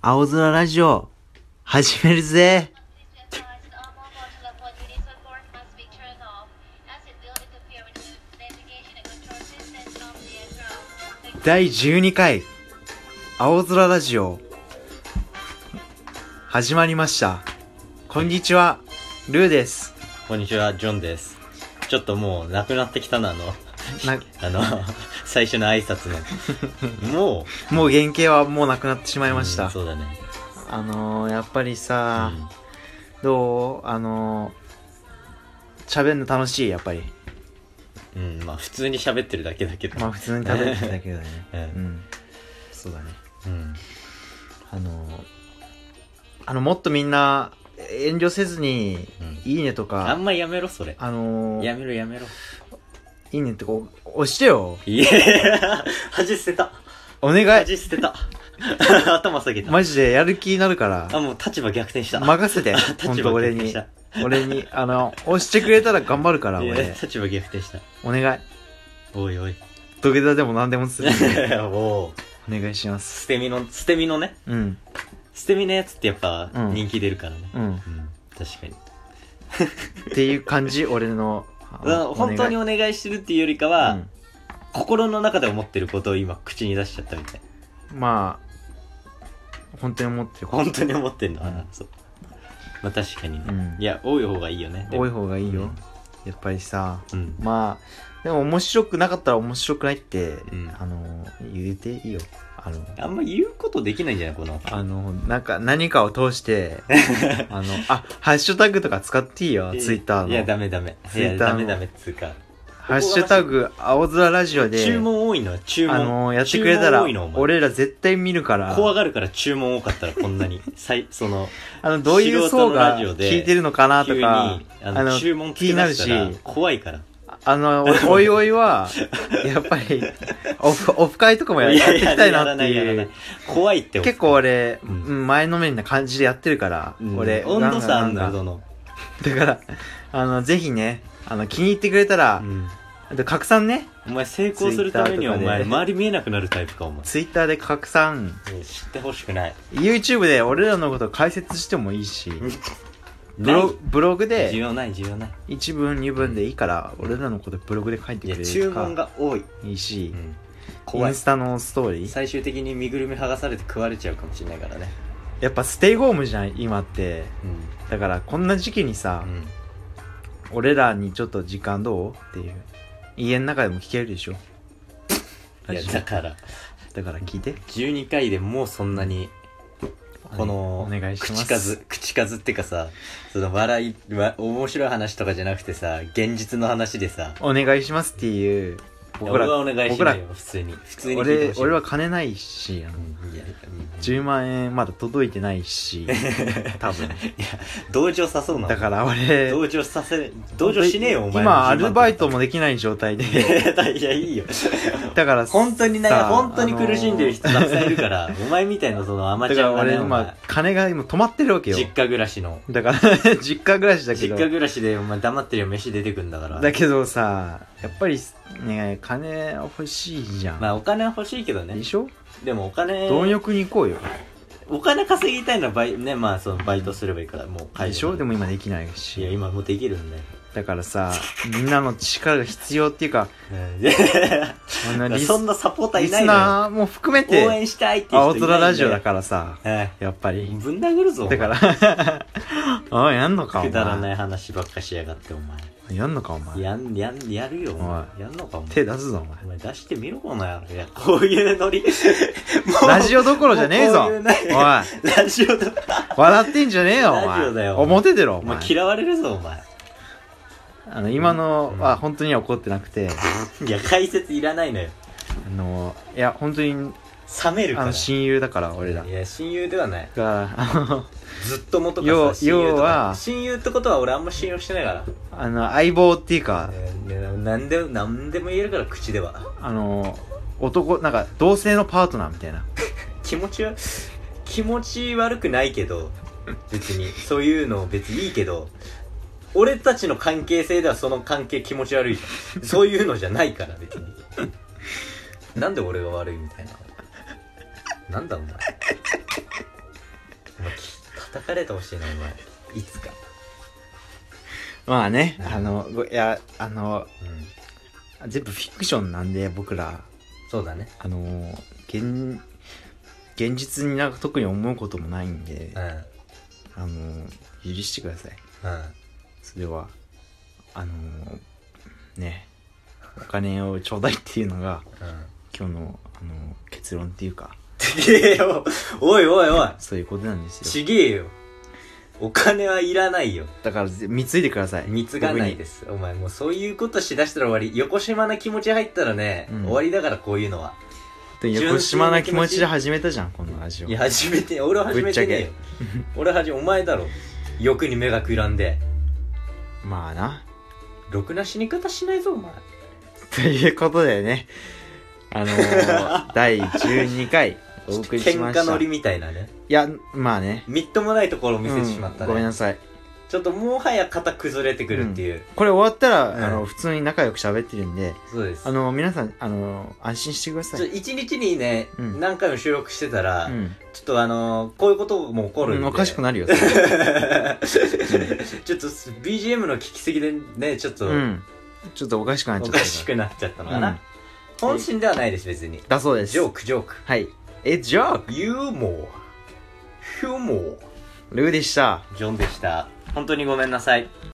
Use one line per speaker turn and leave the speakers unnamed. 青空ラジオ、始めるぜ第12回、青空ラジオ、始まりました。こんにちは、ルーです。
こんにちは、ジョンです。ちょっともう、なくなってきたな、あの、
な
あの、 最初の挨拶 の。も、
もう原型はもうなくなってしまいうました。
うんそうだね。
あのー、やっぱりさ、どうあのー、喋るの楽しい、やっぱり。
うん、うん、まあ、普通に喋ってるだけだけど。
まあ普通に食べるだけ だね。
う。
うんん。そうだね。
うん。
あのー、あの、もっとみんな、遠慮せずに、
うん
いいねと
あ
か、
んまやめろ、それ。
あの
や
ー、
めろ、やめろ。
いいねってこう、押してよ。
いや、恥捨てた。
お願い。
恥捨て た。頭下げた。
マジでやる気になるか
あ、
ら、
もう立場逆転した。
任せて。ほん
立
と
場
俺
逆転
に
し。た。
俺に、あの、押してくれたら頑張るから、
いや
俺。
立場逆転した。
お願い。
おい おい。
土下座でも何でもするんで。
おう
お願いします。
捨て身の、捨て身のね。
うん。
捨て身のやつってやっぱ
うん
人気出るからね。
うん。
うん、確かに。
っていう感じ、俺の。あの
うん本当に
お
お願いしてるっていうよりか
願
は、
いうん
心の中で思ってることを今口に出しちゃったみたい。
まあ、本当に思ってる。
本当に思ってんの、
うん
あそう。まあ確かにね。
うん
いや、多い方がいいよね。でも
多い方がいいよ。やっぱりさ、
うん。
まあ、でも面白くなかったら面白くないって、
ん
あの、言っていいよ。あの、
あんま言うことできないんじゃないこの後。
あの、なんか、何かを通 して、あの、あ、ハッシュタグとか使っていいよ、
え
ツイッターの。
いや、ダメダメ。い
Twitter
や、
の
ダメダメっつうか。
ハッシュタグ、青空ラジオで、
注文多いのは注文。
あの、やってくれたら
注文多いのお、前
俺ら絶対見るから、
怖がるから注文多かったらこ んなに。さいその、
あの、どういう層が
素人のラジオで
聞いてるのかなと
急に、
か
あ、
あ
の、
の
注文つけ出し
気
た
にな
ら
るし
怖いから。
あの、おおいおいは、やっぱ り、オフ、オフ会とかもややっていきたいなって
やらないやら
い。
ないう怖いって思う
結構俺、う
うん
ん前のめりな感じでやってるから、
うん
俺、
温度差あん
ガン
のよ
ガン
どの
ガンガンだから、あの、ぜひね、あの、気に入ってくれたら、あと拡散ね、
お前成功するためにはお
Twitter とかで
前周り見えなくなるタイプかお前
ツイッターで拡散、
知ってほしくない
YouTube で俺らのことを解説してもいいし、ブロ
ない
ブログ
需
で、
要ない需要ない
1文2文でいいから、俺らのことブログで書いてく
いや
れる
注文
か、
が多い、
いいし、イ
怖い
ンスタのストーリー。
最終的に身ぐるみ剥がされて食われちゃうかもしれないからね
やっぱステイホームじゃん、今って。
うん
だからこんな時期にさ、俺らにちょっと時間どうっていう家の中でも聞けるでしょ
いやだから
だから聞いて
12回でもうそんなにこの
お願いします
口数口数ってかさその笑いわ面白い話とかじゃなくてさ現実の話でさ
お願いしますっていう僕ら
俺はお願いし
僕ら
ないよ普通に普通に聞いて
俺
ほしい
俺は金ないしあの
うんいやうん
10万円まだ届いてない し多分
同情さそうな
だから俺
同情させ同情しねえよお前
今アルバイト
も
もできない状態で
いやいいよ
だから
本当にね
さ
本当に苦しんでる人たくさんいるからお前みたいなそのア
あ
マ
の
チ
だから
ュアが
俺
ねお
今
前
金が今止まってるわけよ
実家暮らしの
だから 実家暮らしだけ
実
ど
家暮らしでお前黙ってるよ飯出てくんだから
だけどさやっぱりね金欲しいじゃん、
まあお金は欲しいけどね
でしょ
でもお金
貪欲に行こうよ
お金稼ぎたいのはバイ,、ねまあ、そのバイトすればいいからもう解
でしょで
も
も今できない
いや
し
今もうできるんだよ
だからさみんなの力が必要っていうか あの
うん
リス
そんなサポーター
リ
いな
ス
いのよ
ナーも含め
応
て
援したいっていう
青
人いない
空
んだよ
ラジオだからさ
はい
やっぱり
ぶん殴るぞお
だ
前
から おいやんのかお
くだらな
前
い話ばっかしやがってお前
やんのかお前
やんやんやるよお前やんのかお前
手出すぞお
お前出してみろお前いや こういうノリも う
前ラジオどころじゃねえぞ
もうこういうね
おい
ラジオだ
笑ってんじゃねえよお
ラジオだ
前
よ
表出ろお
お前
前
嫌われるぞお前
あの今の
うん
は本当には怒ってなくて
いや解説いらないのよ
あのいや本当に
冷めるか
あ
ら
の親友だから俺ら
いや親友ではない
があの
ずっと元か
要
らさ親友と
要は
か親友ってことは俺あんま信用してないから
あの相棒っていうか
ねねなんでなんでも言えるから口では
あの男なんか同性のパートナーみたいな
気持ちは気持ち悪くないけど別にそういうの別にいいけど俺たちの関係性ではその関係気持ち悪いじゃんそういうのじゃないから別になんで俺が悪いみたいななんだお前叩かれてほしいなお前いつか、
まあね、
うん
あの、ごいや、あの、
うん、
全部フィクションなんで、僕ら、
そうだね
あの、現、現実になんか特に思うこともないんで
う、んうん
あの、許してください。それは、あの、ね、お金をちょうだいっていうのが、
うん
今日の、あの、結論っていうか、
ちげえよおいおいおい
そういうことなんですよ。
ちげえよお金はいらないよ
だから、ぜ貢いでください。。
貢がないですすお前もうそういうことしだしたら終わり横島な気持ち入ったらね、
うん
終わりだからこういうのは
で横島な気持ちで始めたじゃん、このラジオ。
いや初めて俺は初めてねえよ
ぶ
俺は初めお前だろ欲に目がくらんで
まあな。
ろくな死に方しないぞお前
ということでね、あの ー、第12回お送りし
喧
ました。
嘩乗り
い
みたいなね
や、まあね。
みっともないところを見せてしまった
うんご
ね、
めんなさい。
ちょっともはや肩崩れてくるっていう、
これ終わったら、
うん
あの、普通に仲良く喋ってるんで、
そうです
あの、皆さん、あの、安心してくださ
ちょ
い。
一日にね、
うん
何回も収録してたら、
うん。
ちょっとあのーこういうことも起こるん
う
で、
んおかしく
な
なるよ。
ちょっと BGM の聞きすぎでねちょっと、
うん。ちょっとおかしくなっちゃ
お
った
か
ら。
しくなっちゃったのかな、
うん
本心ではないです別に
だそうです。
ジョークジョーク
はい。え、ジョーク
ユーモアヒューモ
ルーでした。
アジョンでした本当にごめんなさい